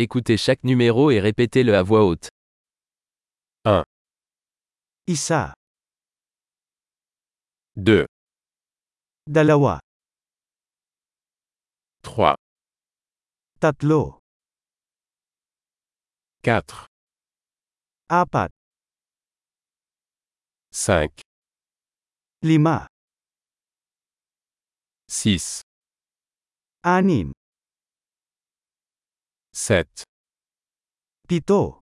Écoutez chaque numéro et répétez-le à voix haute. Isa, 2, dalawa, 3, tatlo, 4, apat, 5, lima, 6, anim, 7, pito,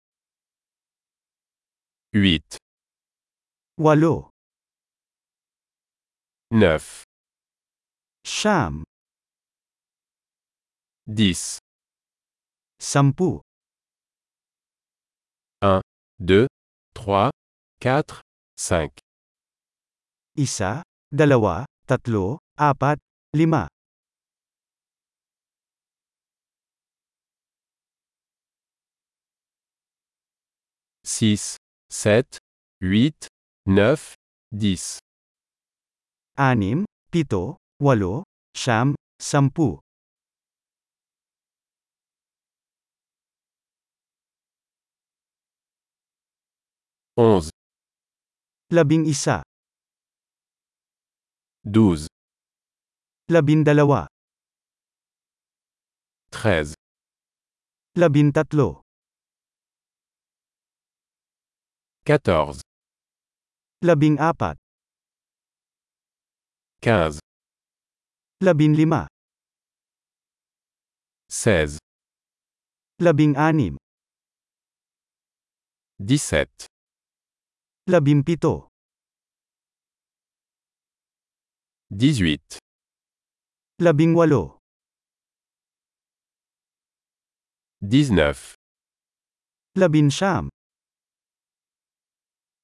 8, walo, 9, siyam, 10, sampu, 2, 3, 4, 5, isa, dalawa, tatlo, apat, lima, 6, 7, 8, 9, 10, anim, pito, walo, siyam, sampu, 11, labing isa, 12, labindalawa, 13, labintatlo, 14, labing apat, 15, labinlima, 16, labing anim, 17, labimpito, 18, labing walo, 19, labinsyam,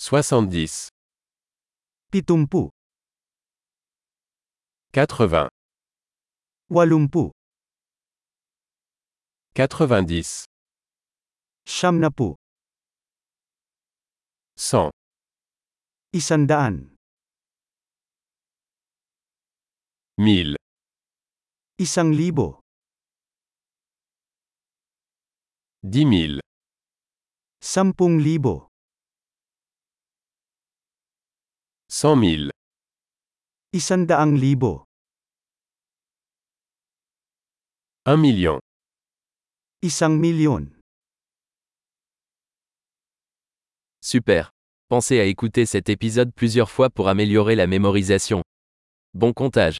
70, pitumpu, 80, walumpu, 90, siyam na po, 100, isandaan, 1000, isang libo, 10 000. sampung libo, Cent mille, isandaang libo, un million, isang milyon. Super. Pensez à écouter cet épisode plusieurs fois pour améliorer la mémorisation. Bon comptage.